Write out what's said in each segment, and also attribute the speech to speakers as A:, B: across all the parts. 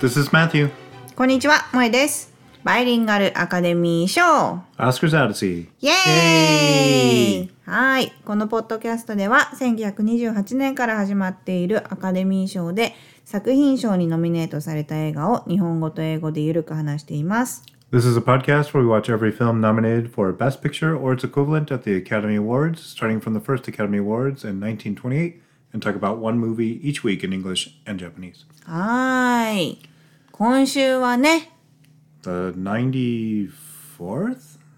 A: This is Matthew.
B: こんにちは、萌えです。バイリンガルアカデミー賞
A: Oscar's Odyssey.
B: イエ
A: イエー
B: ーイ
A: イ
B: はい。このポッドキャストでは、1928年から始まっているアカデミー賞で、作品賞にノミネートされた映画を日本語と英語でゆるく話しています。
A: This is a podcast where we watch every film nominated for Best Picture or its equivalent at the Academy Awards, starting from the first Academy Awards in 1928, and talk about one movie each week in English and Japanese.
B: はーい。今週はね、
A: The 94th?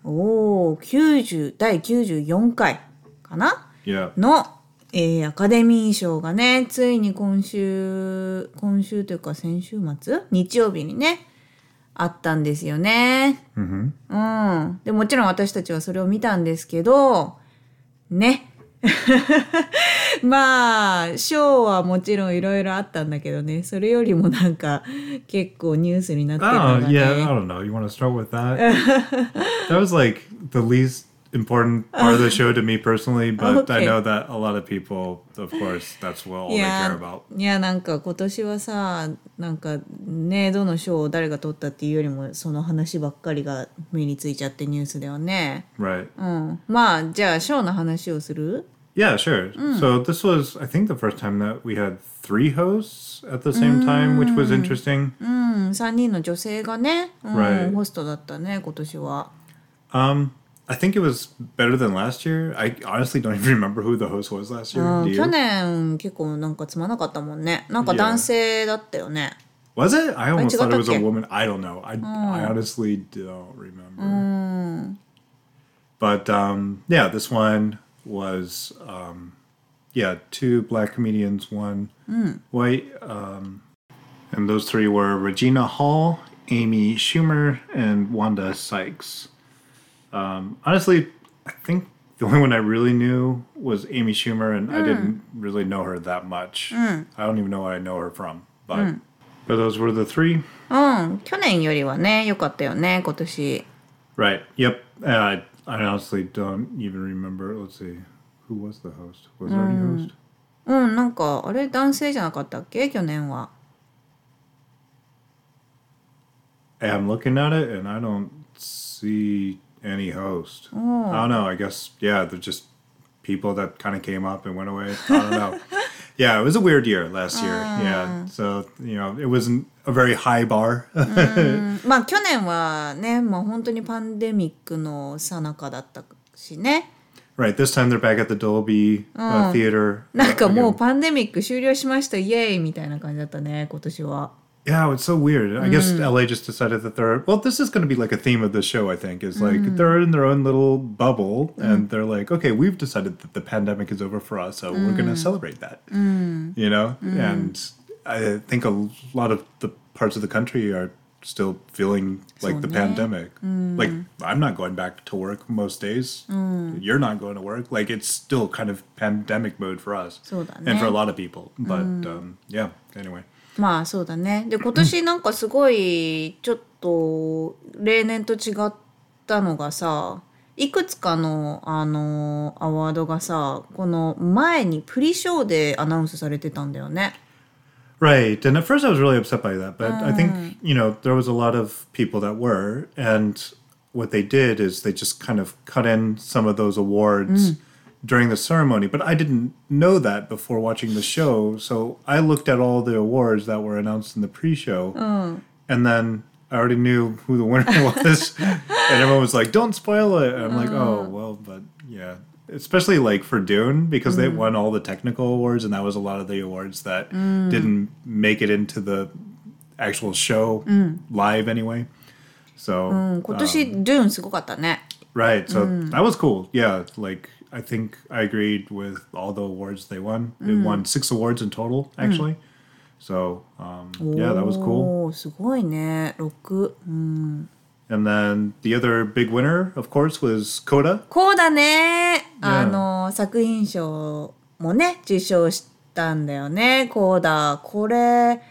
B: おー、90、第94回かな
A: Yeah.
B: の、えーアカデミー賞がねついに今週今週というか先週末日曜日にねあったんですよね。うん、でもちろん私たちはそれを見たんですけどね まあ賞はもちろんいろいろあったんだけどねそれよりもなんか結構ニュースになってるの
A: Oh,
B: が
A: yeah. I
B: ね。
A: don't know. You want to start with that? that was like the least important part of the show to me personally, but I
B: Okay.
A: know that a lot of people, of course, that's what all
B: い
A: they
B: や
A: care about.
B: いやなんか今年はさなんかねどの賞を誰が取ったっていうよりもその話ばっかりが目についちゃってニュースではね
A: Right.
B: うんまあじゃあ賞の話をする
A: Yeah, sure. So this was, I think, the first time that we had three hosts at the same time, which was interesting.
B: うん3人の女性がね、うん
A: Right.
B: ホストだったね今年は
A: Um, I think it was better than last year. I honestly don't even remember who the host was last year.
B: うん
A: Do you?
B: 去年結構なんかつまんなかったもんねなんか
A: Yeah.
B: 男性だったよね
A: Was it? I almost thought it was a
B: Chigotake.
A: woman. I don't know. I, I honestly don't remember. But um, yeah, this one was um, yeah two black comedians, one white, um, and those three were Regina Hall, Amy Schumer, and Wanda Sykes. Um, honestly, I think the only one I really knew was Amy Schumer, and I didn't really know her that much. I don't even know what I know her from, but but those were the three.
B: うん去年よりはね良かったよね今年
A: Right. Yep. Uh, I honestly don't even remember. Let's see. Who was the host? Was there any host?
B: うんなんかあれ男性じゃなかったっけ去年は
A: I'm looking at it and I don't see any host. I don't know. I guess, yeah, they're just people that kind of came up and went away. I don't know. yeah, it was a weird year last year. Yeah. So, you know, it wasn't a very high bar.
B: まあ去年はねもう本当にパンデミックの最中だったしね
A: right. This time they're back at the Dolby uh, Theater.
B: なんか
A: uh,
B: もう
A: again.
B: パンデミック終了しましたイエーイみたいな感じだったね今年は
A: Yeah, it's so weird. I guess LA just decided that they're well. This is going to be like a theme of the show. I think is like they're in their own little bubble, and they're like, okay, we've decided that the pandemic is over for us, so we're going to celebrate that. You know, and I think a lot of the parts of the country are still feeling like the
B: So, yeah.
A: pandemic. Like I'm not going back to work most days. You're not going to work. Like it's still kind of pandemic mode for us,
B: そうだ
A: and
B: ね
A: for a lot of people. But um, yeah, anyway.
B: まあそうだねで今年なんかすごいちょっと例年と違ったのがさいくつかのあのアワードがさこの前にプリショーでアナウンスされてたんだよね
A: Right. And at first I was really upset by that, but I think, you know, there was a lot of people that were and what they did is they just kind of cut in some of those awards during the ceremony, but I didn't know that before watching the show. So I looked at all the awards that were announced in the pre-show and then I already knew who the winner was and everyone was like, "Don't spoil it." And I'm like, "Oh, well, but yeah." Especially like for Dune because they won all the technical awards and that was a lot of the awards that didn't make it into the actual show live anyway. So
B: うん今年ドゥーンすごかったね
A: Right. So that was cool. Yeah. Like I think I agreed with all the awards they won. They won six awards in total, actually. So um, yeah, that was cool.
B: おーすごいね6うん
A: And then the other big winner, of course, was Coda.
B: こうだねあの作品賞もね受賞したんだよねこうだこれ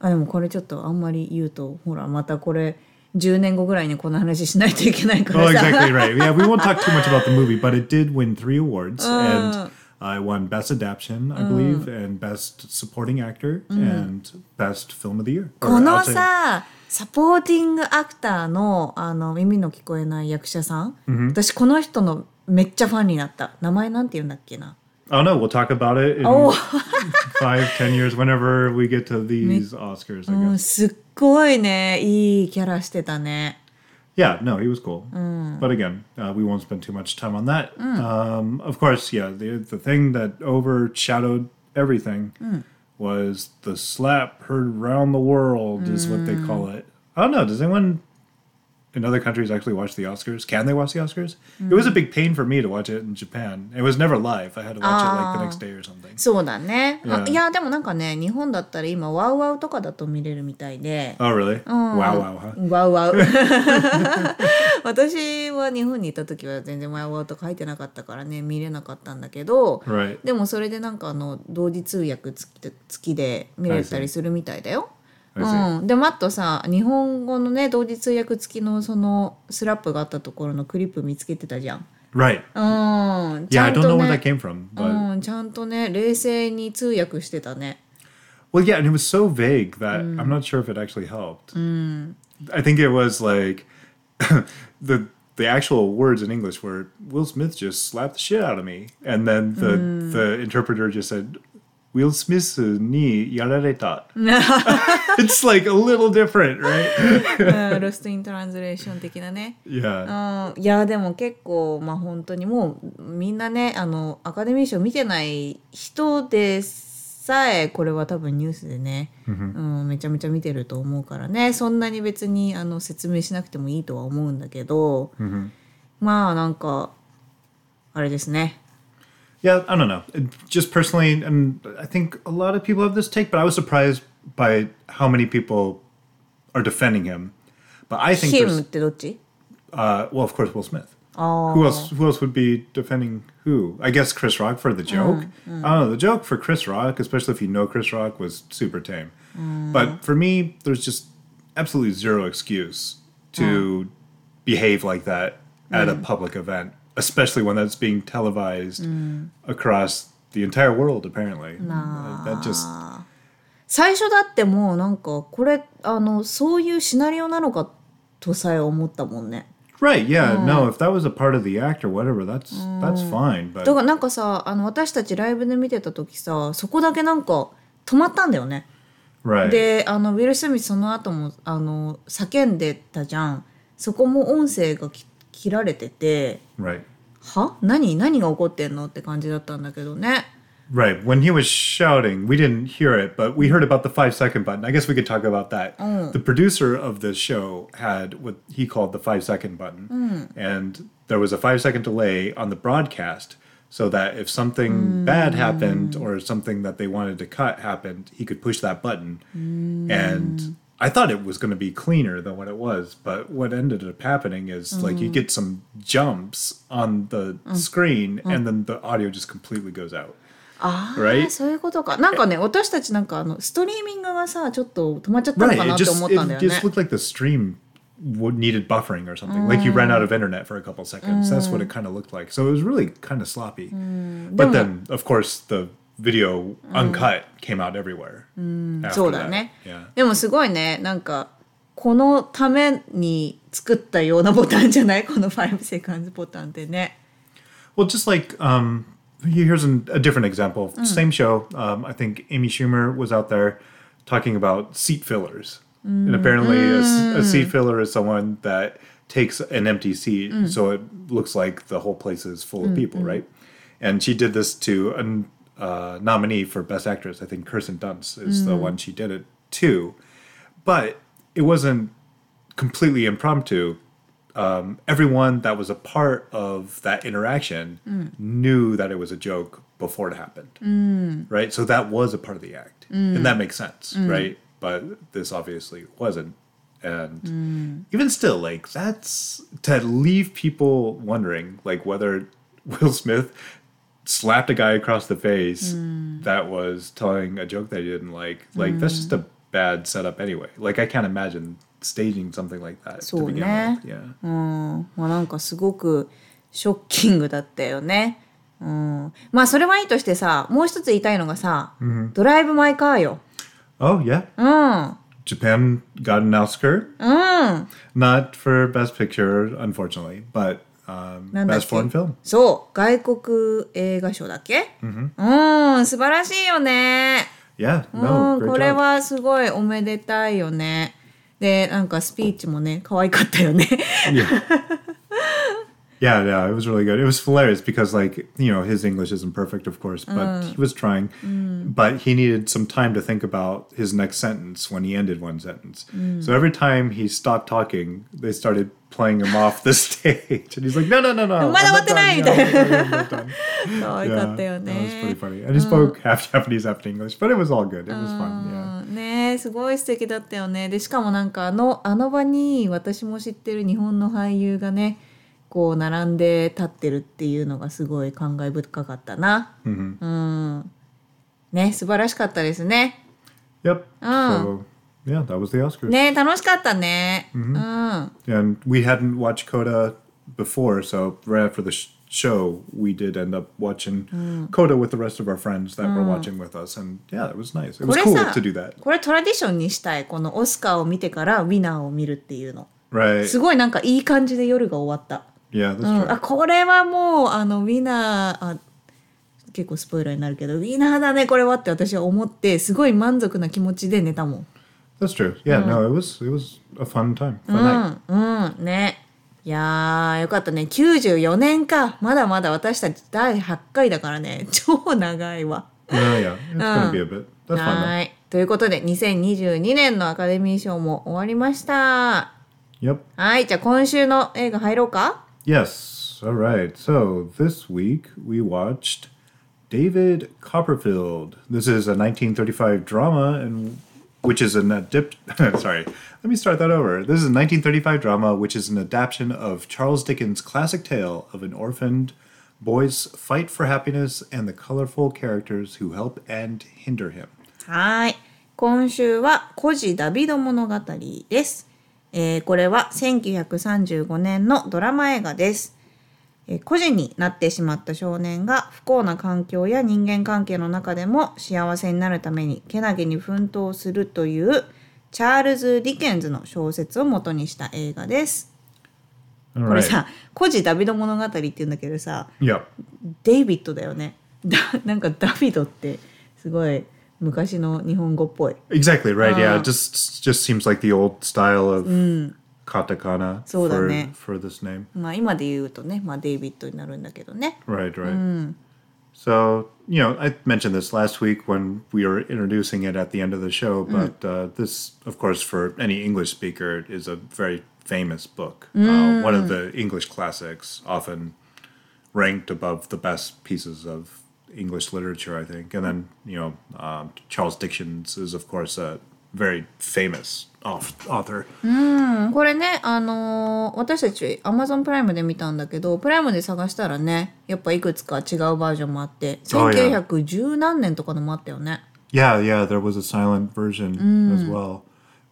B: あでもこれちょっとあんまり言うとほらまたこれ10年後ぐらいにこの話しないといけないか
A: Oh,
B: らさ
A: exactly right. Yeah, we won't talk too much about the movie, but it did win three awards, and Uh, it won Best Adaptation, I believe, and Best Supporting Actor and Best Film of the Year. Or
B: この
A: outside-
B: さサポーティングアクターのあの耳の聞こえない役者さん、私この人のめっちゃファンになった名前なんて言うんだっけな
A: I don't know. oh, We'll talk about it in
B: お
A: five, ten years, whenever we get to these Oscars, I guess.
B: うんすっごいねいいキャラしてたね
A: Yeah, no, he was cool. But again, uh, we won't spend too much time on that. Um, of course, yeah, the, the thing that overshadowed everything was the slap heard round the world, is what they call it. I don't know. Does anyone in other countries actually watch the Oscars? Can they watch the Oscars? It was a big pain for me to watch it in Japan. It was never live. I had to watch it like the next day or something.
B: そうだね、あ
A: Yeah.
B: いやでもなんかね日本だったら今ワウワウとかだと見れるみたいで
A: Oh, really? Wow, wow, huh?
B: ワウ ワウ私は日本にいた時は全然ワウワウとか書いてなかったからね見れなかったんだけど、
A: Right.
B: でもそれでなんかあの同時通訳付きで付きで見れたりするみたいだよ。
A: I see.
B: うん、でもあとさ日本語のね同時通訳付きのそのスラップがあったところのクリップ見つけてたじゃん。
A: Right.
B: うん、ち
A: Yeah,
B: ゃ
A: I
B: ん
A: don't know
B: と
A: where that
B: ね、
A: came from, but
B: うん、ちゃんとね冷静に通訳してたね。
A: Well, yeah, and it was so vague that I'm not sure if it actually helped. I think it was like the the actual words in English were Will Smith just slapped the shit out of me, and then the the interpreter just said Will Smith ni yarareta. it's like a little different, right?
B: うんロストイントランズレーション的なね。う
A: Yeah,
B: ん、いやでも結構まあ本当にもうみんなねあのアカデミー賞見てない人でさえこれは多分ニュースでね、うん、めちゃめちゃ見てると思うからねそんなに別にあの説明しなくてもいいとは思うんだけど、まあなんかあれですね
A: yeah. I don't know. It- just personally, and I think a lot of people have this take, but I was surprised by how many people are defending him. But I
B: 「
A: think
B: ヒ
A: there's-
B: ム」ってどっち
A: Uh, well, of course, Will Smith.
B: あー
A: Who else? Who else would be defending who? I guess Chris Rock for the joke. I don't know. The joke for Chris Rock, especially if you know Chris Rock, was super tame. But for me, there's just absolutely zero excuse to behave like that at a public event, especially one that's being televised across the entire world. Apparently, Uh, that just
B: 最初だってもうなんかこれあのそういうシナリオなのかとさえ思ったもんね。
A: right. Yeah. No, if that was a part of the act or whatever, that's that's fine. But
B: だからなんかさあの私たちライブで見てた時さそこだけなんか止まったんだよね。
A: right.
B: であのウィル・スミスその後もあの叫んでたじゃんそこも音声がき切られてて
A: right.
B: は何何が起こってんのって感じだったんだけどね。
A: Right. When he was shouting, we didn't hear it, but we heard about the five second button. I guess we could talk about that. The producer of the show had what he called the five second button. And there was a five second delay on the broadcast so that if something bad happened or something that they wanted to cut happened, he could push that button. And I thought it was going to be cleaner than what it was, but what ended up happening is like you get some jumps on the screen and then the audio just completely goes out.
B: ああ、
A: Right.
B: そういうことか。なんかね私たちなんかあのストリーミングがさちょっと止まっちゃったの
A: Right.
B: かな
A: It
B: って
A: just
B: 思ったんだ
A: it
B: よね。
A: just looked like the stream would, needed buffering or something. Like you ran out of internet for a couple seconds. That's what it kind of looked like. So it was really kind of sloppy. But then, of course, the video uncut came out everywhere. after
B: そう
A: that.
B: だね
A: Yeah.。
B: でもすごいね、なんか、このために作ったようなボタンじゃない この5セカンズボタンってね。
A: Well, just like um, here's an, a different example. Same show. Um, I think Amy Schumer was out there talking about seat fillers, and apparently a s a a, seat filler is someone that takes an empty seat, so it looks like the whole place is full of people, right? And she did this to an uh, nominee for Best Actress. I think Kirsten Dunst is the one she did it to, but it wasn't completely impromptu everyone that was a part of that interaction knew that it was a joke before it happened. Right? So that was a part of the act. And that makes sense, right? But this obviously wasn't. And even still, like, that's to leave people wondering, like, whether Will Smith slapped a guy across the face that was telling a joke that he didn't like. Like, that's just a bad setup anyway. Like, I can't imagine staging something like that to
B: So,
A: begin
B: nah.
A: with. Yeah.
B: まあなんかすごくショッキングだったよね。うん、まあそれはいいとしてさもう一つ言いたいのがさ「ドライブ・マイ・カー」よ。
A: Oh, yeah.
B: うん。
A: Japan got an Oscar.
B: うん。
A: Not for Best Picture, unfortunately, but um,
B: なんだ
A: Best
B: っけ
A: Foreign Film.
B: そう外国映画賞だっけうん素晴らしいよね
A: Yeah,
B: う
A: no,
B: ん
A: great
B: これ
A: job.
B: はすごいおめでたいよねでなんかスピーチもね可愛かったよね
A: Yeah. yeah, yeah, it was really good. It was hilarious because, like, you know, his English isn't perfect, of course, but he was trying. But he needed some time to think about his next sentence when he ended one sentence. So every time he stopped talking, they started playing him off the stage. And he's like, no, no, no, no. I'm not done. Yeah, I'm not done. I'm not done.
B: 可愛
A: Yeah,
B: かったよ
A: That was pretty
B: ね
A: funny. And he spoke half Japanese, half English, but it was all good. It was fun. Yeah.
B: うんねすごい素敵だったよねでしかもなんかあのあの場に私も知ってる日本の俳優がねこう並んで立ってるっていうのがすごい感慨深かったなうんね素晴らしかったですね
A: Yep.
B: Oh.
A: So, yeah, that was the Oscars.
B: ね楽しかったね。うん。
A: And we hadn't watched Coda before, so right after the sh- show, we did end up watching Coda with the rest of our friends that were watching with us. And yeah, it was nice. It was
B: これ
A: Mm. cool
B: さ
A: to do that.
B: これトラディションにしたい。このオスカーを見てからウィナーを見るっていうの。
A: Right.
B: すごいなんかいい感じで夜が終わった。
A: Yeah, that's
B: うん、
A: right.
B: あこれはもうあのウィナーあ結構スポイラーになるけどウィナーだねこれはって私は思ってすごい満足な気持ちで寝たもん。
A: That's true. Yeah, no, it was it was a fun time. Fun night.
B: うんうんねいやーよかったね94年かまだまだ私たち第8回だからね 超長いわ。
A: Yeah, yeah. It's gonna be a bit. That's fun though.
B: はい。ということで、2022年のアカデミー賞も終わりました。
A: Yep.
B: はい。じゃあ、今週の映画入ろうか
A: Yes. All right. So this week we watched David Copperfield. This is a 1935 drama, and which is an adapt. sorry, let me start that over. This is a 1935 drama, which is an adaptation of Charles Dickens' classic tale of an orphaned boy's fight for happiness and the colorful characters who help and hinder him.
B: はい。今週は、孤児ダビド物語です。えーこれは1935年のドラマ映画です。えー孤児になってしまった少年が不幸な環境や人間関係の中でも幸せになるためにけなげに奮闘するというチャールズ・ディケンズの小説を元にした映画です。
A: All
B: これ
A: right.
B: さ「孤児ダビド物語」って言うんだけどさ
A: Yep.
B: デイビッドだよねだ なんかダビドってすごい昔の日本語っぽい
A: Exactly right. yeah, it just just seems like the old style of katakana
B: そうだ
A: for,
B: ね
A: for this name.
B: まあ今で言うとね、まあ、デイビッドになるんだけどね
A: Right, right. So, you know, I mentioned this last week when we were introducing it at the end of the show, but uh, this, of course, for any English speaker, is a very famous book. Uh, one of the English classics, often ranked above the best pieces of English literature, I think. And then, you know, um, Charles Dickens is, of course, a very famous auth- author.
B: うんこれねあのー私たち Amazon プライムで見たんだけどプライムで探したらねやっぱいくつか違うバージョンもあって
A: あいや
B: 1910何年とかのもあったよね
A: Yeah, yeah, there was a silent version as well,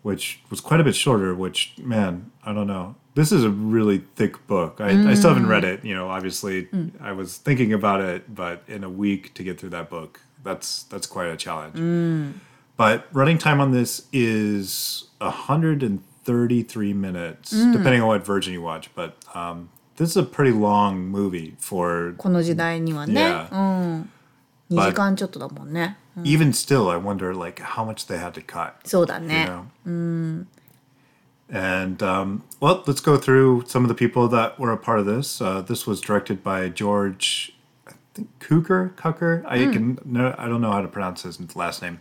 A: which was quite a bit shorter, which, man, I don't know. This is a really thick book. I, I still haven't read it. You know, obviously, I was thinking about it, but in a week to get through that book, that's that's quite a challenge. But running time on this is 133 minutes, depending on what version you watch. But um, this is a pretty long movie for
B: この時代にはね、うん、2時間ちょっとだもんね
A: even still. I wonder like how much they had to cut.
B: そうだね
A: You know? And um, well, let's go through some of the people that were a part of this. Uh, this was directed by George, I think Cooker, Cucker. I can no, I don't know how to pronounce his last name.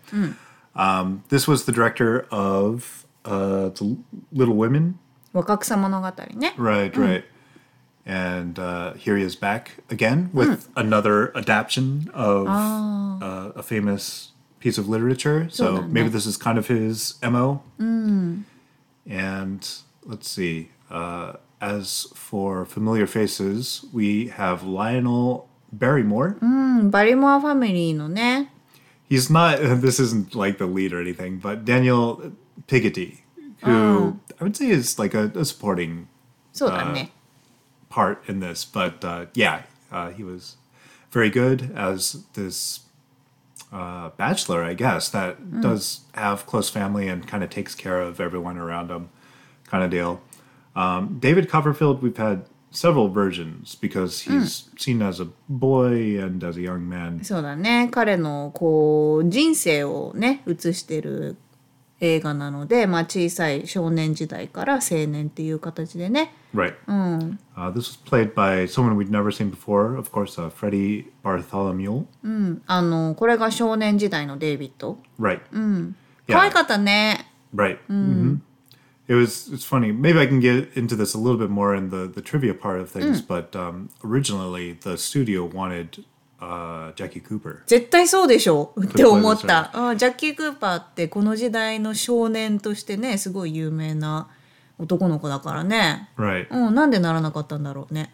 A: Um, this was the director of uh, the Little Women,
B: 若草物語ね
A: right? Right. And uh, here he is back again with another adaptation of uh, a famous piece of literature. So maybe this is kind of his MO. And let's see. Uh, as for familiar faces, we have Lionel Barrymore.
B: バリモアファミリーのね。
A: He's not, this isn't like the lead or anything, but Daniel Pigotty, who I would say is like a, a supporting
B: そうだね。
A: part in this, but uh, yeah, uh, he was very good as this uh, bachelor, I guess, that does have close family and kind of takes care of everyone around him, kind of deal. Um, David Copperfield, we've had several versions because he's seen as a boy and as a young man.
B: そうだね彼のこう人生をね映してる映画なので、まあ、小さい少年時代から青年っていう形でね
A: Right. Uh, this was played by someone we'd never seen before, of course, uh, Freddie Bartholomew.
B: あのこれが少年時代のデイビッド
A: Right.
B: 可愛かったね
A: Right. hmm It was. It's funny. Maybe I can get into this a little bit more in the the trivia part of things. But um, originally, the studio wanted uh, Jackie Cooper.
B: 絶対そうでしょうって思ったあジャッキー・クーパーってこの時代の少年としてねすごい有名な男の子だからね、
A: Right.
B: うん、なんでならなかったんだろうね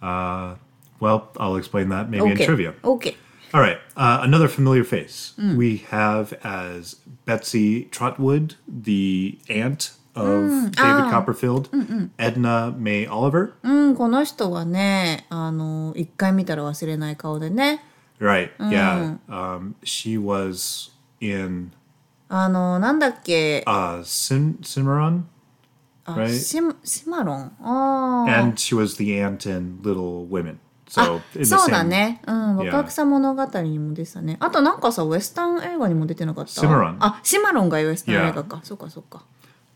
A: Uh, well, I'll explain that maybe in trivia.
B: OK
A: All right. Uh, another familiar face we have as Betsy Trotwood, the aunt of David Copperfield, Edna May Oliver.
B: うん、この人はね、あの、一回見たら忘れない顔でね、
A: Right. Yeah. Um, she was in
B: あの、なんだっけ、
A: uh, Sim- Cimarron.
B: あ
A: right.
B: シマシマロンあー
A: and she was the aunt in Little Women. So
B: あ
A: in the
B: そうだ
A: same
B: ね。うん、
A: Yeah.
B: 若草物語にも出てたね。あとなんかさ、ウエスタン映画にも出てなかった。
A: シマロン
B: あ、シマロンがウエスタン
A: Yeah.
B: 映画か。そうかそうか。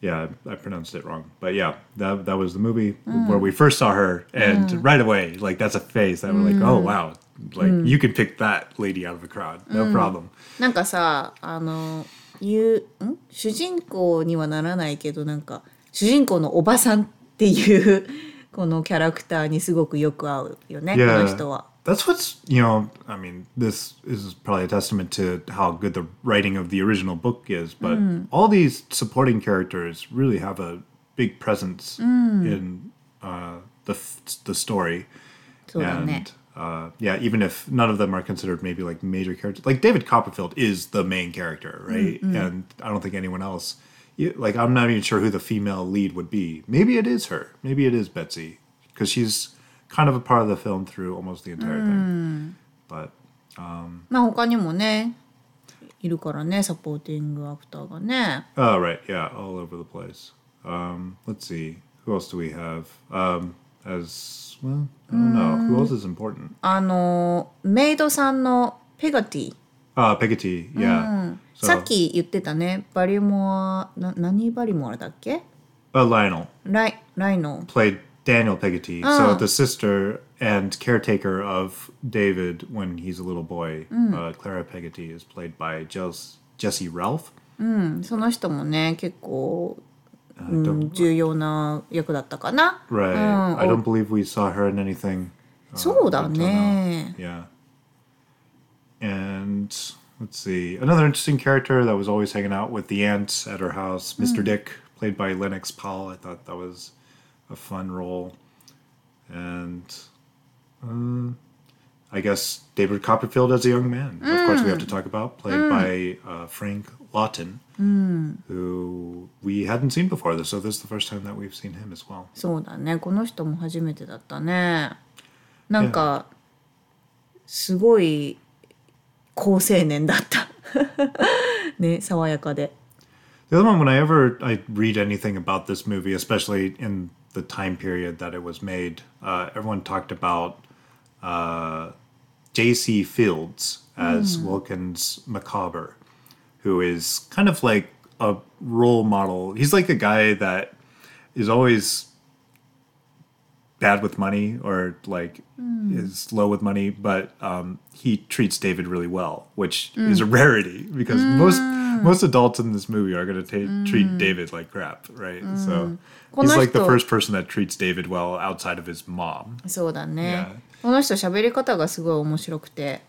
A: yeah, I pronounced it wrong, but yeah, that that was the movie where we first saw her, and right away, like that's a face that we're like, oh wow, like you can pick that lady out of a crowd, no problem.
B: なんかさ、あの、ゆう、ん主人公にはならないけど、なんか、主人公のおばさんっていう、 このキャラクターにすごくよく合うよね、こ
A: Yeah,
B: の人は。
A: that's what's you know. I mean, this is probably a testament to how good the writing of the original book is, but all these supporting characters really have a big presence in uh, the f- the story.
B: そうだね。
A: and uh, yeah, even if none of them are considered maybe like major characters, like David Copperfield is the main character, right? And I don't think anyone else, you- like I'm not even sure who the female lead would be. Maybe it is her. Maybe it is Betsy because she's kind of a part of the film through almost the entire thing. But
B: まあ他にもねいるからねサポーティングアクターがね
A: oh right, yeah, all over the place. Um, let's see, who else do we have? Um, as well, I don't know who else is important.
B: あのメイドさんのペガティ
A: Uh, Piketty, yeah. So,
B: さっき言ってたねバリモアな何バリモアだっけ
A: uh, Lionel.
B: ライライノ
A: played Daniel Peggy, so the sister and caretaker of David when he's a little boy. Uh, Clara Peggy is played by Jess, Jesse Ralph.
B: その人もね結構、
A: I
B: う
A: don't,
B: ん、重要な役だったかな、
A: right.
B: うん
A: I don't believe we saw her in anything. uh,
B: そうだ
A: until now.
B: ね
A: Yeah. And let's see. Another interesting character that was always hanging out with the aunt at her house, Mr. Dick, played by Lennox Powell. I thought that was a fun role. And uh, I guess David Copperfield as a young man, of course, we have to talk about, played by uh, Frank Lawton, who we hadn't seen before. So this is the first time that we've seen him as well.
B: そうだねこの人も初めてだったねなんか、すごい好青年だった ね爽やかで
A: The other one, when I ever I read anything about this movie, especially in the time period that it was made, uh, everyone talked about uh, J.C. Fields as Wilkins Macabre, who is kind of like a role model. He's like a guy that is always bad with money or like is low with money, but um, he treats David really well, which is a rarity because most most adults in this movie are going to treat David like crap, right? So he's like the
B: この人-
A: first person that treats David well outside of his mom,
B: そうだね
A: Yeah.
B: この人喋り方がすごい面白くて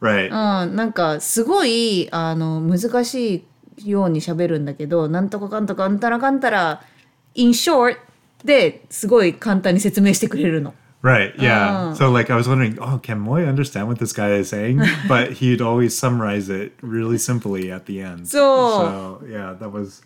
A: right?
B: うんなんかすごいあの難しいように喋るんだけどなんとかかんとかうんたらかんたら in short ですごい簡単に説明してくれるの
A: Right. Yeah. So like I was wondering, oh, can Moy understand what this guy is saying? but he'd always summarize it really simply at the end.
B: So-
A: So, yeah, that was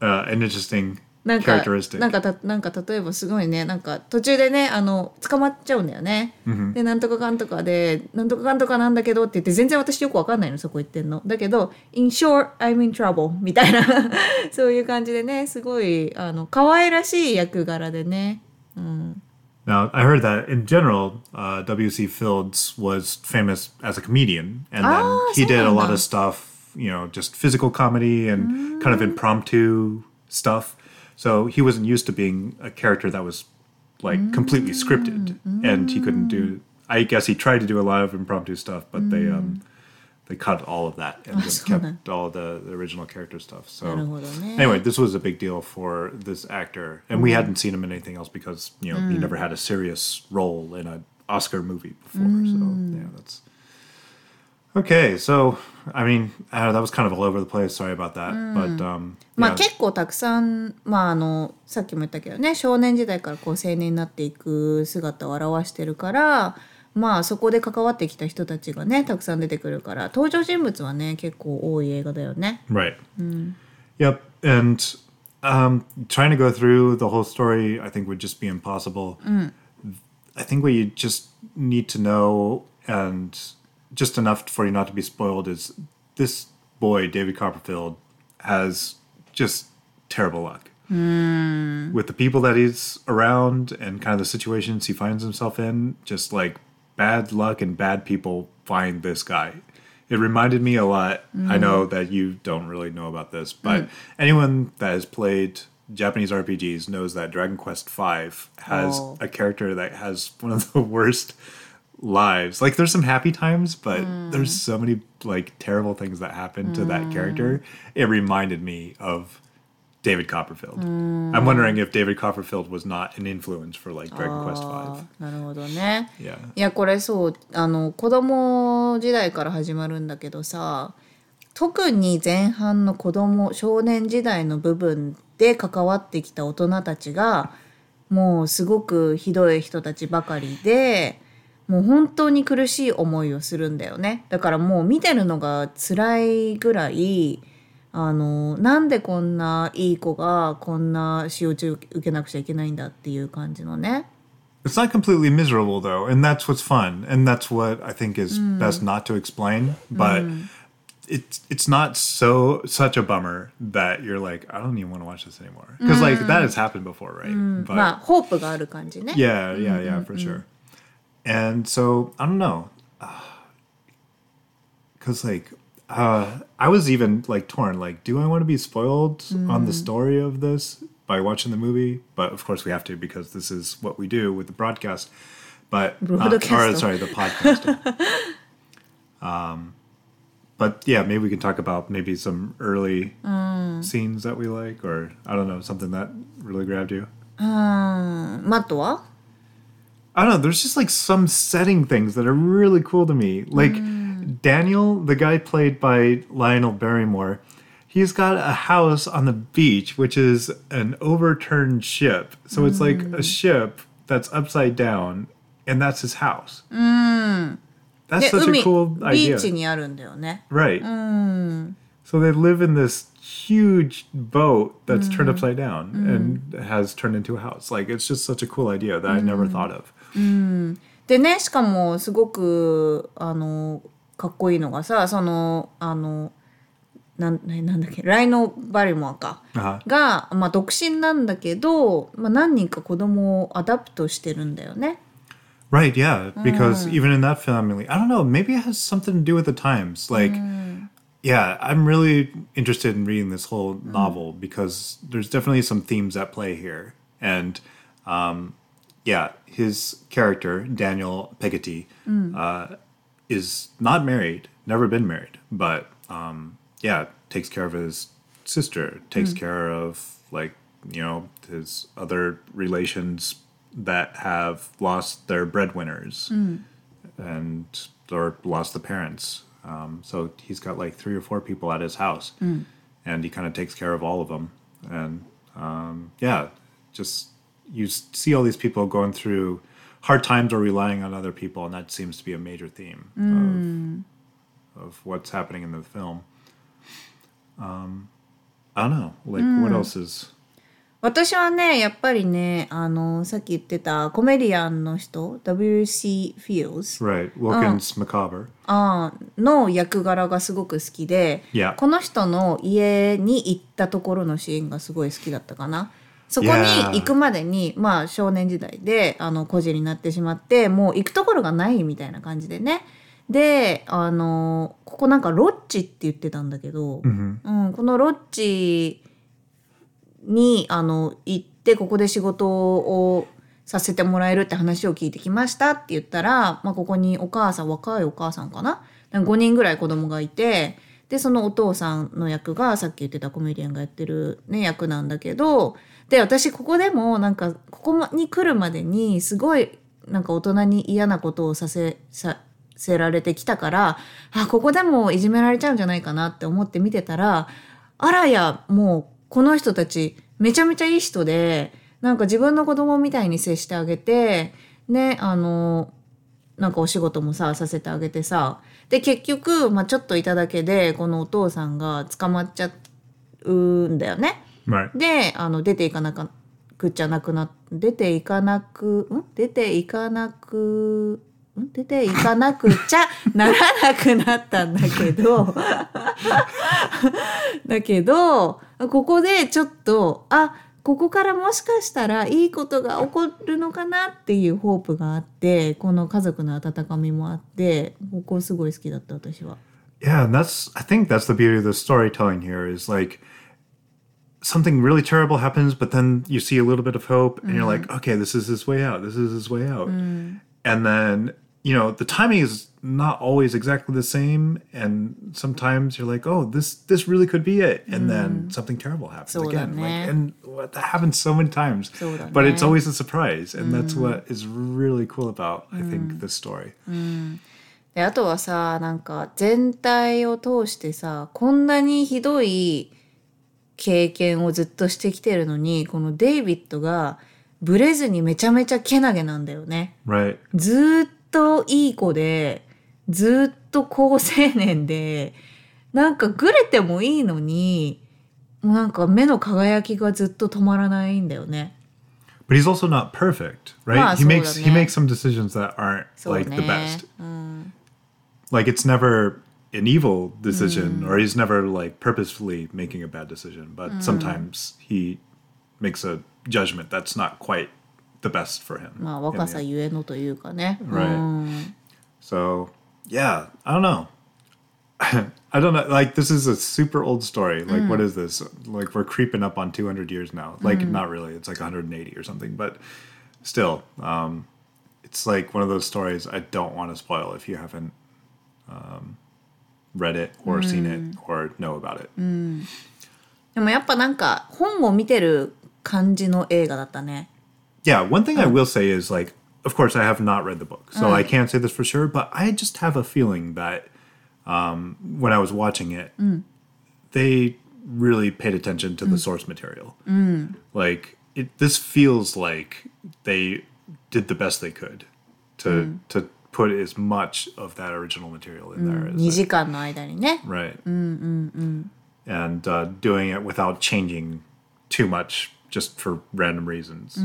A: uh, an interesting
B: なんか
A: characteristic
B: なんかたなんか例えばすごいねなんか途中でねあの捕まっちゃうんだよね、でなんとかかんとかでなんとかかんとかなんだけどって言って全然私よくわかんないのそこ言ってんのだけど「in short I'm in trouble」みたいな そういう感じでねすごいあの可愛らしい役柄でね
A: Now, I heard that in general, uh, W.C. Fields was famous as a comedian, and then
B: Ah,
A: he did a lot
B: so-
A: of stuff, you know, just physical comedy and kind of impromptu stuff. So he wasn't used to being a character that was like completely scripted, and he couldn't do. I guess he tried to do a lot of impromptu stuff, but they um, they cut all of that and just
B: so-
A: kept all the, the original character stuff. So
B: なるほどね
A: anyway, this was a big deal for this actor, and we hadn't seen him in anything else because you know he never had a serious role in an Oscar movie before. So yeah, that's okay. So I mean, I don't know, that was kind of all over the place. Sorry about that, but um,
B: まあ
A: yeah.
B: 結構たくさん、まあ、あのさっきも言ったけどね少年時代からこう青年になっていく姿を表してるから、まあ、そこで関わってきた人たちがねたくさん出てくるから登場人物はね結構多い映画だよね。
A: Right. Yep. And um, trying to go through the whole story, I think, would just be impossible. I think what you just need to know, and just enough for you not to be spoiled, is this boy, David Copperfield, has just terrible luck. With the people that he's around and kind of the situations he finds himself in, just like bad luck and bad people find this guy. It reminded me a lot. I know that you don't really know about this, but anyone that has played Japanese RPGs knows that Dragon Quest V has
B: Oh.
A: a character that has one of the worst lives. Like there's some happy times, but there's so many like terrible things that happen to that character. It reminded me of David Copperfield. I'm wondering if David Copperfield was not an influence for like Dragon Quest Five.
B: なるほどね。
A: Yeah.
B: いやこれそうあの子供時代から始まるんだけどさ特に前半の子供少年時代の部分で関わってきた大人たちがもうすごくひどい人たちばかりでもう本当に苦しい思いをするんだよねだからもう見てるのが辛いぐらいあのなんでこんないい子がこんな仕打ち受けなくちゃいけないんだっていう感じのね。
A: It's not completely miserable though, and that's what's fun, and that's what I think is best not to explain. But it's it's not so such a bummer that you're like I don't even want to watch this anymore because like that has happened before, right? But
B: まあ、ホープがある感じね。
A: yeah, yeah, yeah, for sure. And so I don't know, because like uh, I was even like torn. Like, do I want to be spoiled on the story of this by watching the movie? But of course we have to because this is what we do with the broadcast. But uh, or
B: Broadcast.
A: sorry, the podcast. um, but yeah, maybe we can talk about maybe some early scenes that we like, or I don't know, something that really grabbed you.
B: マットは
A: I don't know. There's just like some setting things that are really cool to me. Like Daniel, the guy played by Lionel Barrymore, he's got a house on the beach, which is an overturned ship. So it's like a ship that's upside down, and that's his house. That's
B: で
A: such
B: 海
A: a cool
B: ビー
A: idea.
B: チにあるんだよね。
A: Right. So they live in this huge boat that's turned upside down and has turned into a house. Like it's just such a cool idea that I never thought of.
B: でねしかもすごくあのかっこいいのがさそのあのなんなんだっけライノ・バリモアか、
A: Uh-huh.
B: が、まあ、独身なんだけど、まあ、何人か子供をアダプトしてるんだよね。
A: Right, yeah, because even in that family, I don't know, maybe it has something to do with the times. Like, yeah, I'm really interested in reading this whole novel because there's definitely some themes at play here. And um, yeah, his character, Daniel Piketty, uh, is not married, never been married, but um, yeah, takes care of his sister, takes care of like you know his other relations that have lost their breadwinners and or lost the parents. Um, so he's got like three or four people at his house, and he kind of takes care of all of them. And um, yeah, just you s- see all these people going through hard times or relying on other people, and that seems to be a major theme of, of what's happening in the film. Um, I don't know, like what else is
B: 私はねやっぱりねあのさっき言ってたコメディアンの人 W.C. フィールズ
A: Right. Wilkins Macabre.
B: あーの役柄がすごく好きで、
A: Yeah.
B: この人の家に行ったところのシーンがすごい好きだったかな。そこに
A: Yeah.
B: 行くまでに、まあ少年時代であの孤児になってしまってもう行くところがないみたいな感じでね。であのここなんかロッジって言ってたんだけど、うん、このロッジにあの行ってここで仕事をさせてもらえるって話を聞いてきましたって言ったら、まあ、ここにお母さん若いお母さんかななんか5人ぐらい子供がいてでそのお父さんの役がさっき言ってたコメディアンがやってる、ね、役なんだけどで私ここでもなんかここに来るまでにすごいなんか大人に嫌なことをさせさせられてきたからあここでもいじめられちゃうんじゃないかなって思って見てたらあらやもうこの人たちめちゃめちゃいい人でなんか自分の子供みたいに接してあげてねあのなんかお仕事もささせてあげてさで結局、まあ、ちょっといただけでこのお父さんが捕まっちゃうんだよね。
A: Right.
B: であの出ていかなくっちゃなくな出ていかなくん出ていかなくん出ていかなくちゃ ならなくなったんだけど だけどここでちょっとあここからもしかしたらいいことが起こるのかなっていうホープがあってこの家族の温かみもあってここすごい好きだった私は。
A: Yeah, and that's I think that's the beauty of the storytelling here is like something really terrible happens, but then you see a little bit of hope and you're
B: Mm-hmm.
A: like, okay, this is his way out. This is his way out.
B: Mm.
A: And then, you know, the timing is not always exactly the same and sometimes you're like, oh, this this really could be it. And then something terrible happens
B: Mm. So
A: again. Like,
B: that,
A: and what that happens so many times.
B: So that,
A: but it's
B: yeah.
A: always a surprise and that's
B: Mm.
A: what is really cool about I think this story.
B: であとはさなんか全体を通してさこんなにひどい経験をずっとしてきてるのにこのデイビッドがブレずにめちゃめちゃけなげなんだよね。
A: Right.
B: ずーっといい子でずーっと好青年でなんかグレてもいいのにもうなんか目の輝きがずっと止まらないんだよね。
A: But he's also not perfect, right?
B: Ah,
A: he
B: so
A: makes he
B: then, yeah.
A: makes some decisions that aren't
B: そうね
A: like the best. Like it's never an evil decision, or he's never like purposefully making a bad decision. But sometimes he makes a judgment that's not quite the best for him.
B: まあ
A: in the
B: 若さ
A: end.
B: ゆえのというかね。
A: Right. So yeah, I don't know. I don't know. Like this is a super old story. Like what is this? Like we're creeping up on 200 years now. Like not really. It's like 180 or something. But still, um, it's like one of those stories I don't want to spoil if you haven't um, read it or seen it or know about it.
B: でもやっぱなんか本を見てる感じの映画だったね。
A: Yeah, one thing I will say is like, of course, I have not read the book, so I can't say this for sure, but I just have a feeling that um, when I was watching it, they really paid attention to the source material. Like, it, this feels like they did the best they could to to put as much of that original material in there as they
B: 2時間の間にね。
A: Right. And uh, doing it without changing too much just for random reasons.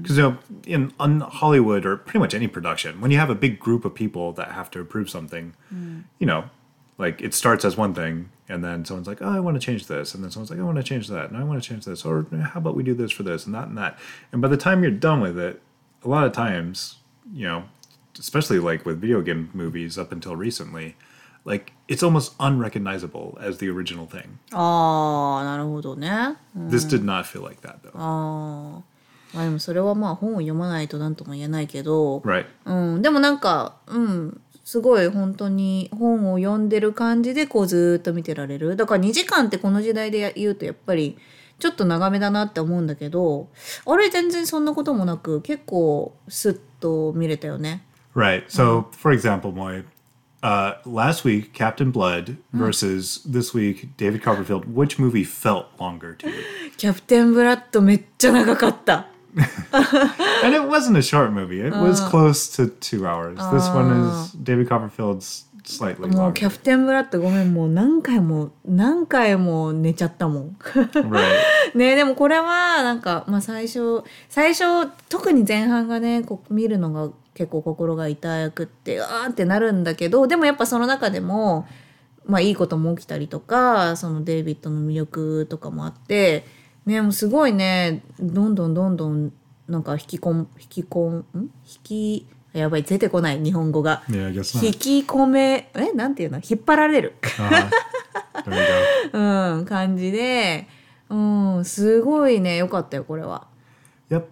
A: Because, you know, in on Hollywood or pretty much any production, when you have a big group of people that have to approve something, you know, like it starts as one thing and then someone's like, oh, I want to change this. And then someone's like, I want to change that. And I want to change this. Or how about we do this for this and that and that. And by the time you're done with it, a lot of times, you know, especially like with video game movies up until recently, like it's almost unrecognizable as the original thing.
B: ああ、なるほどね。うん
A: This did not feel like that though.
B: まあでもそれはまあ本を読まないと何とも言えないけど、
A: Right.
B: うん、でもなんか、うん、すごい本当に本を読んでる感じでこうずーっと見てられる。だから2時間ってこの時代で言うとやっぱりちょっと長めだなって思うんだけど、あれ全然そんなこともなく結構スッと見れたよね。
A: Right. So, for example, Moy, uh, last week Captain Blood versus this week David Copperfield. Which movie felt longer to you?
B: キャプテンブラッドめっちゃ長かった。
A: and it wasn't a short movie. It was close to two hours. this one is David Copperfield's slightly
B: もう
A: longer.
B: キャプテンブラッドごめんもう何回も何回も寝ちゃったもん
A: right.
B: ねでもこれはなんか、まあ、最初最初特に前半がねこ見るのが結構心が痛くってあーってなるんだけどでもやっぱその中でも、まあ、いいことも起きたりとかそのデイビッドの魅力とかもあってねもうすごいねどんどんどんどんなんか引きこん引きこんん引きやばい出てこない日本語が。
A: Yeah, I guess
B: 引
A: not.
B: き込めえなんていうの引っ張られる
A: Uh-huh. There you go.
B: うん感じでうんすごいね良かったよこれは
A: Yep.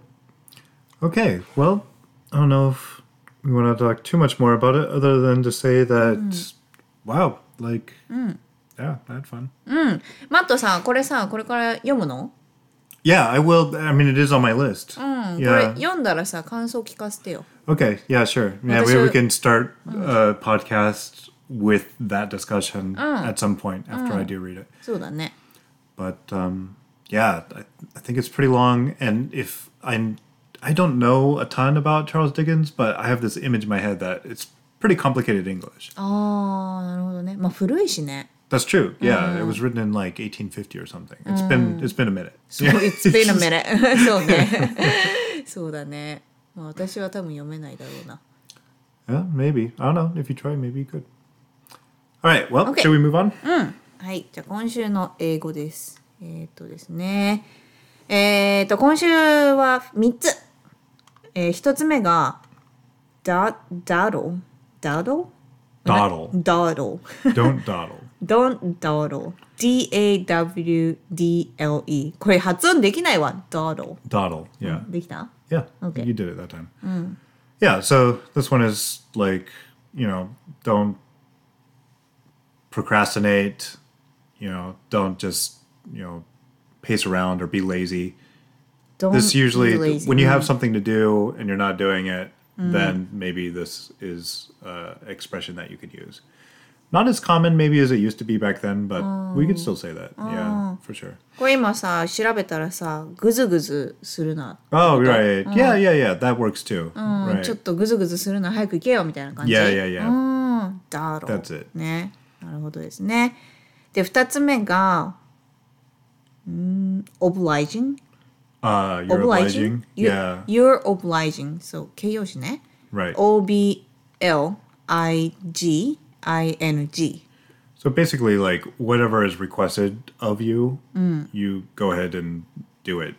A: Okay. Well, I don't know if we want to talk too much more about it, other than to say that, wow, like, yeah, I had fun.
B: マットさんこれさこれから読むの
A: Yeah, I will. I mean, it is on my list.
B: うんこれ
A: yeah.
B: 読んだらさ感想聞かせてよ
A: Okay. Yeah. Sure. Yeah.
B: Well,
A: We,
B: there's
A: we
B: a-
A: can start a podcast with that discussion at some point after I do read it.
B: そうだね
A: but um, yeah, I, I think it's pretty long. And if I I don't know a ton about Charles Dickens, but I have this image in my head that it's pretty complicated English.
B: Oh. あーなるほどねまあ古いしね
A: That's true. Yeah,
B: Mm.
A: it was written in like 1850 or something. It's been it's been a minute.
B: そう Mm. It's been a minute そうねそうだねまあ私は多分読めないだろうな
A: Yeah, maybe I don't know. If you try, maybe you could. All right. Well,
B: Okay. Mm.
A: shall we move on?
B: はい、じゃあ今週の英語です。えーっとですね。えーっと、今週は3つ。えー、1つ目が、だ、だろだろ
A: Dawdle.
B: だろ
A: don't dawdle.
B: don't dawdle. D-A-W-D-L-E. これ発音できないわ。dawdle.
A: Dawdle. Yeah.
B: できた
A: Yeah.
B: Okay. Mm.
A: You did it that time. Yeah. So this one is like, you know, don't procrastinate, you know, don't just, you know, pace around or be lazy.
B: Don't
A: This usually,
B: be lazy. Mm.
A: when you have something to do and you're not doing it, then maybe this is uh, expression that you could use. Not as common maybe as it used to be back then, but we could still say that.
B: Oh.
A: Yeah, for sure.
B: これ今さ、調べたらさ、ぐずぐずするな。
A: Oh, right.
B: uh,
A: Yeah, yeah, yeah. That works too.
B: うん
A: right.
B: ちょっとぐずぐずするな、早く行けよみたいな感じ。
A: Yeah, yeah, yeah.
B: うん、だろう。
A: That's it.
B: ね。なるほどですね。で、二つ目が、うん obliging?
A: Uh, you're obliging.
B: You-
A: Yeah.
B: You're obliging. So, 形容詞ね。
A: Right.
B: Oh. O-B-L-I-G-I-N-G.
A: So basically, like whatever is requested of you,
B: Mm.
A: you go ahead and do it.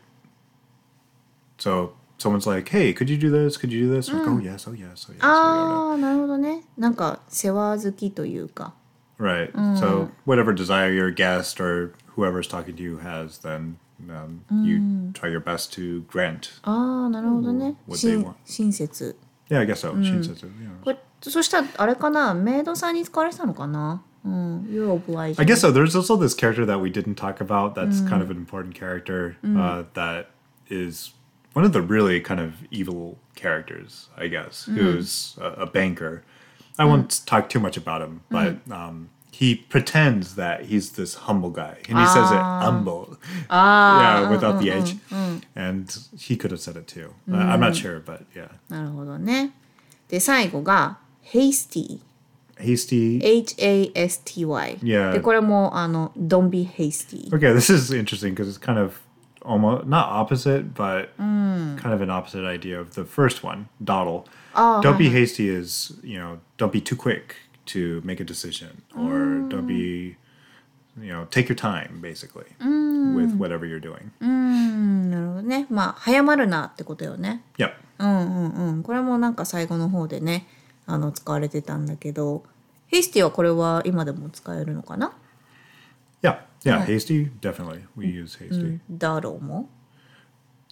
A: So someone's like, "Hey, could you do this? Could you do this?"
B: Mm.
A: Like, oh yes, oh yes, oh yes. Oh,
B: ああ、なるほどね。なんか、世話好きというか。
A: right.
B: Mm.
A: So whatever desire your guest or whoever's talking to you has, then um,
B: Mm.
A: you try your best to grant.
B: ああ、なるほどね。
A: What they
B: 親
A: want.
B: 親切。
A: Yeah, I guess so.
B: Mm.
A: Shinsetsu, yeah.
B: これそしたらあれかなメイドさんに使われてたのかなうん。You're obliged.
A: I guess so. There's also this character that we didn't talk about. That's kind of an important character uh, that is one of the really kind of evil characters, I guess, who's a, a banker. I won't talk too much about him, but um, he pretends that he's this humble guy, and he says it humble, yeah, without the h, and he could have said it too. Uh, I'm not sure, but yeah,
B: なるほどね。で、最後が hasty。
A: hasty.
B: H-A-S-T-Y。
A: Yeah.
B: で、これもあの、don't be hasty。
A: Okay, this is interesting because it's kind of almost not opposite, but kind of an opposite idea of the first one, dawdle. don't be hasty is you know don't be too quick to make a decision, or don't be you know take your time basically with whatever you're doing.
B: うんなるほどね。まあ、早まるなってことよね。
A: Yep.
B: うん、これもなんか最後の方でね、あの、使われてたんだけど、hasty はこれは今でも使えるのかな
A: Yeah. Yeah. Hasty, definitely. We use hasty.
B: だろうも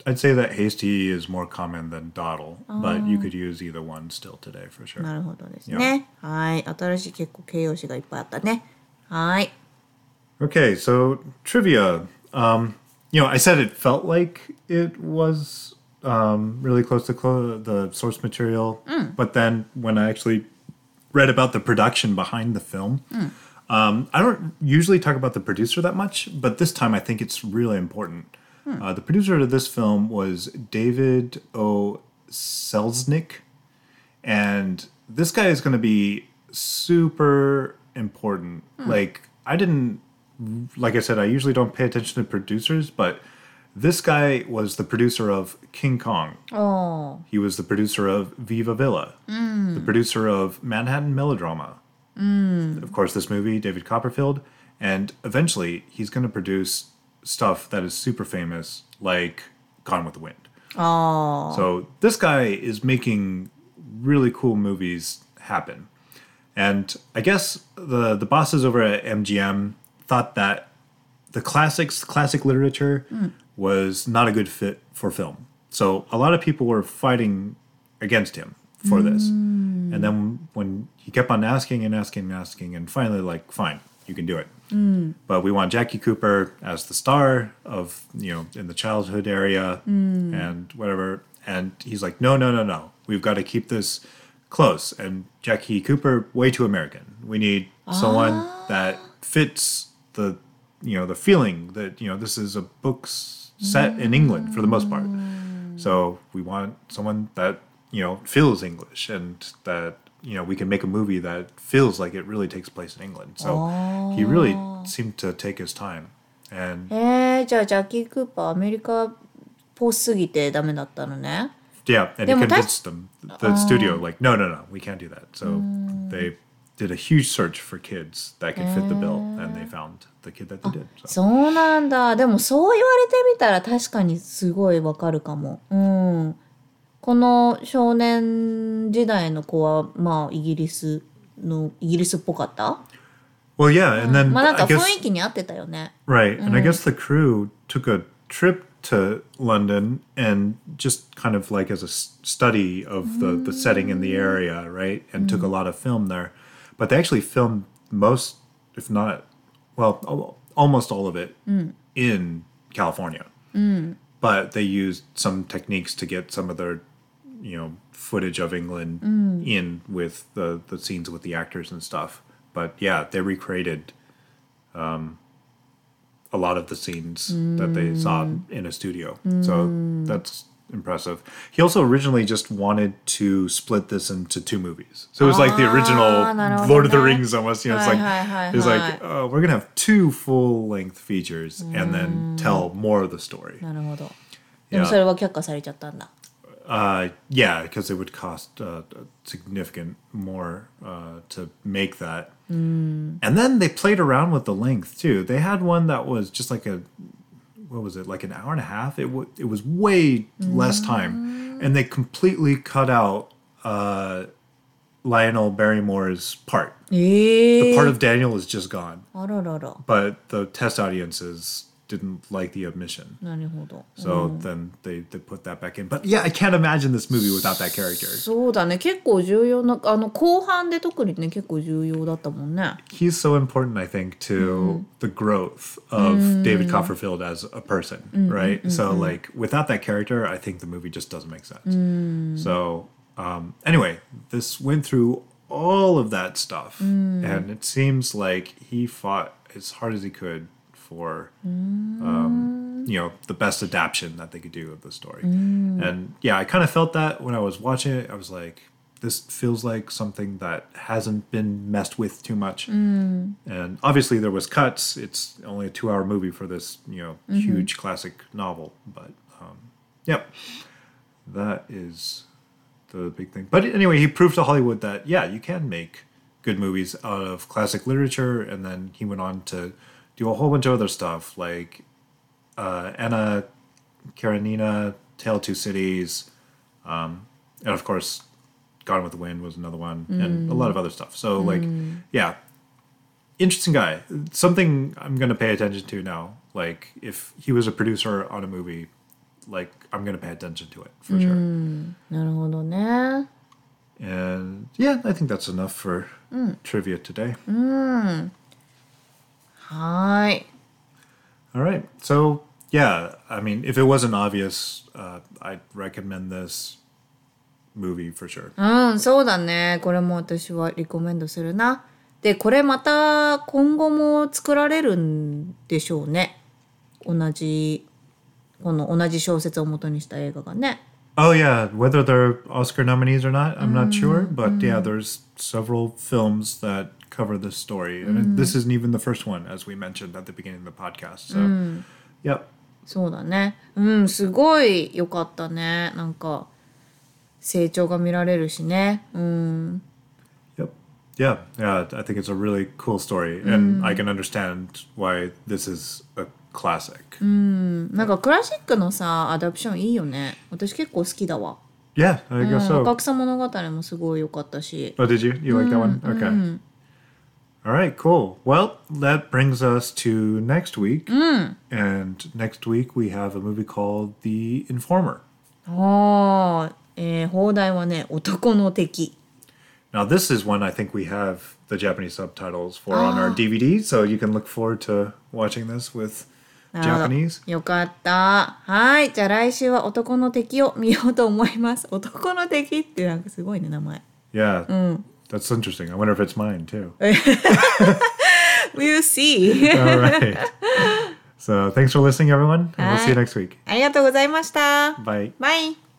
A: I'd say that hasty is more common than dawdle, but you could use either one still today for sure.
B: なるほどですね。はい。新しい結構形容詞がいっぱいあったね。はい。
A: Okay, so trivia. Um, you know, I said it felt like it was um, really close to clo- the source material, but then when I actually read about the production behind the film, um, I don't usually talk about the producer that much, but this time I think it's really important. Uh, the producer of this film was David O. Selznick, and this guy is going to be super important. Like I didn't like I said I usually don't pay attention to producers, but this guy was the producer of King Kong.
B: おー
A: He was the producer of Viva Villa, the producer of Manhattan Melodrama. Of course, this movie, David Copperfield. And eventually, he's going to produce stuff that is super famous, like Gone with the Wind. Oh. So this guy is making really cool movies happen. And I guess the, the bosses over at MGM thought that the classics, classic literature, was not a good fit for film. So a lot of people were fighting against him for this. And then when he kept on asking and asking and asking, and finally, like, fine, you can do it. But we want Jackie Cooper as the star of, you know, in the childhood area and whatever. And he's like, no, no, no, no. We've got to keep this close. And Jackie Cooper, way too American. We need someone that fits the, you know, the feeling that, you know, this is a book s- set in England for the most part. So we want someone that you know feels English and that you know we can make a movie that feels like it really takes place in England. So he really seemed to take his time, and
B: えー、じゃあジャッキー・クーパーアメリカっぽすぎてダメだったのね
A: yeah, and he
B: Yeah, well,
A: convinced
B: that's-
A: them the studio like no no no we can't do that. So they did a huge search for kids that could fit the bill, and they found the kid that they did. So.
B: そうなんだでもそう言われてみたら確かにすごいわかるかもうんこの少年時代の子はまあイギリスのイギリスっぽかった
A: Well, yeah, and then
B: まあなんか
A: I
B: 雰
A: guess
B: 囲気に合ってたよね
A: Right. And I guess the crew took a trip to London and just kind of like as a s- study of the, the setting in the area, right? And took a lot of film there. But they actually filmed most, if not, well, al- almost all of it in California. But they used some techniques to get some of their, you know, footage of England in with the, the scenes with the actors and stuff. But yeah, they recreated um, a lot of the scenes that they saw in a studio. So that's impressive. He also originally just wanted to split this into two movies. So it was like the original
B: なるほどね。
A: Lord of the Rings almost, you know, it's like
B: はいはいはいはい。
A: it's like uh, we're going to have two full-length features and then tell more of the story.
B: なるほどでもそれは却下されちゃったんだ
A: Uh, yeah, because it would cost uh, significant more uh, to make that. And then they played around with the length too. They had one that was just like a what was it like an hour and a half? It w- it was way less time, and they completely cut out uh, Lionel Barrymore's part.
B: ええ
A: Part of Daniel is just gone,
B: あららら
A: but the test audiences didn't like the omission.
B: なるほど
A: So then they, they put that back in. But yeah, I can't imagine this movie without that character.
B: そうだね結構重要なあの後半で特にね結構重要だったもんね
A: He's so important, I think, to the growth of David Copperfield as a person, right? So, like, without that character, I think the movie just doesn't make sense. So, um, anyway, this went through all of that stuff, and it seems like he fought as hard as he could for um, you know the best adaptation that they could do of the story and yeah i kind of felt that when i was watching it i was like this feels like something that hasn't been messed with too much and obviously there was cuts it's only a two hour movie for this you know huge classic novel but um, yep that is the big thing but anyway he proved to hollywood that yeah you can make good movies out of classic literature and then he went on to do a whole bunch of other stuff like uh, Anna Karenina, Tale of Two Cities, um, and of course, Gone with the Wind was another one, and a lot of other stuff. So, like, yeah, interesting guy. Something I'm gonna pay attention to now. Like, if he was a producer on a movie, like I'm gonna pay attention to it for sure.
B: なるほどね
A: And yeah, I think that's enough for trivia today.
B: はーい
A: All right. So, yeah, I mean, if it wasn't obvious, uh, I'd recommend this movie for sure.
B: うん、そうだね。これも私はリコメンドするな。で、これまた今後も作られるんでしょうね。同じ、この同じ小説を元にした映画がね。
A: Oh yeah, whether they're Oscar nominees or not, I'm not sure. But yeah, there's several films that cover this story, and this isn't even the first one, as we mentioned at the beginning of the podcast. So, yep,
B: そうだねうんすごい良かったねなんか成長が見られるしねうん、
A: yep, yeah, yeah. I think it's a really cool story, and I can understand why this is a classic.
B: なんかクラシックのさアダプションいいよね私結構好きだわ
A: Yeah, I guess
B: うん
A: so.
B: 若草物語もすごい良かったし
A: Oh, did you? You like that one? Okay. All right, cool. Well, that brings us to next week. And next week we have a movie called The Informer.
B: あーえー、放題はね「男の敵
A: Now, this is one I think we have the Japanese subtitles for on our DVD, so you can look forward to watching this with」Japanese.
B: よかったはいじゃあ来週は「男の敵」を見ようと思います「男の敵」ってなんかすごいね名前
A: Yeah. That's interesting. I wonder if it's mine too.
B: We'll see
A: All right. So, thanks for listening, everyone. And we'll see you next week.
B: ありがとうございました
A: Bye.
B: バイ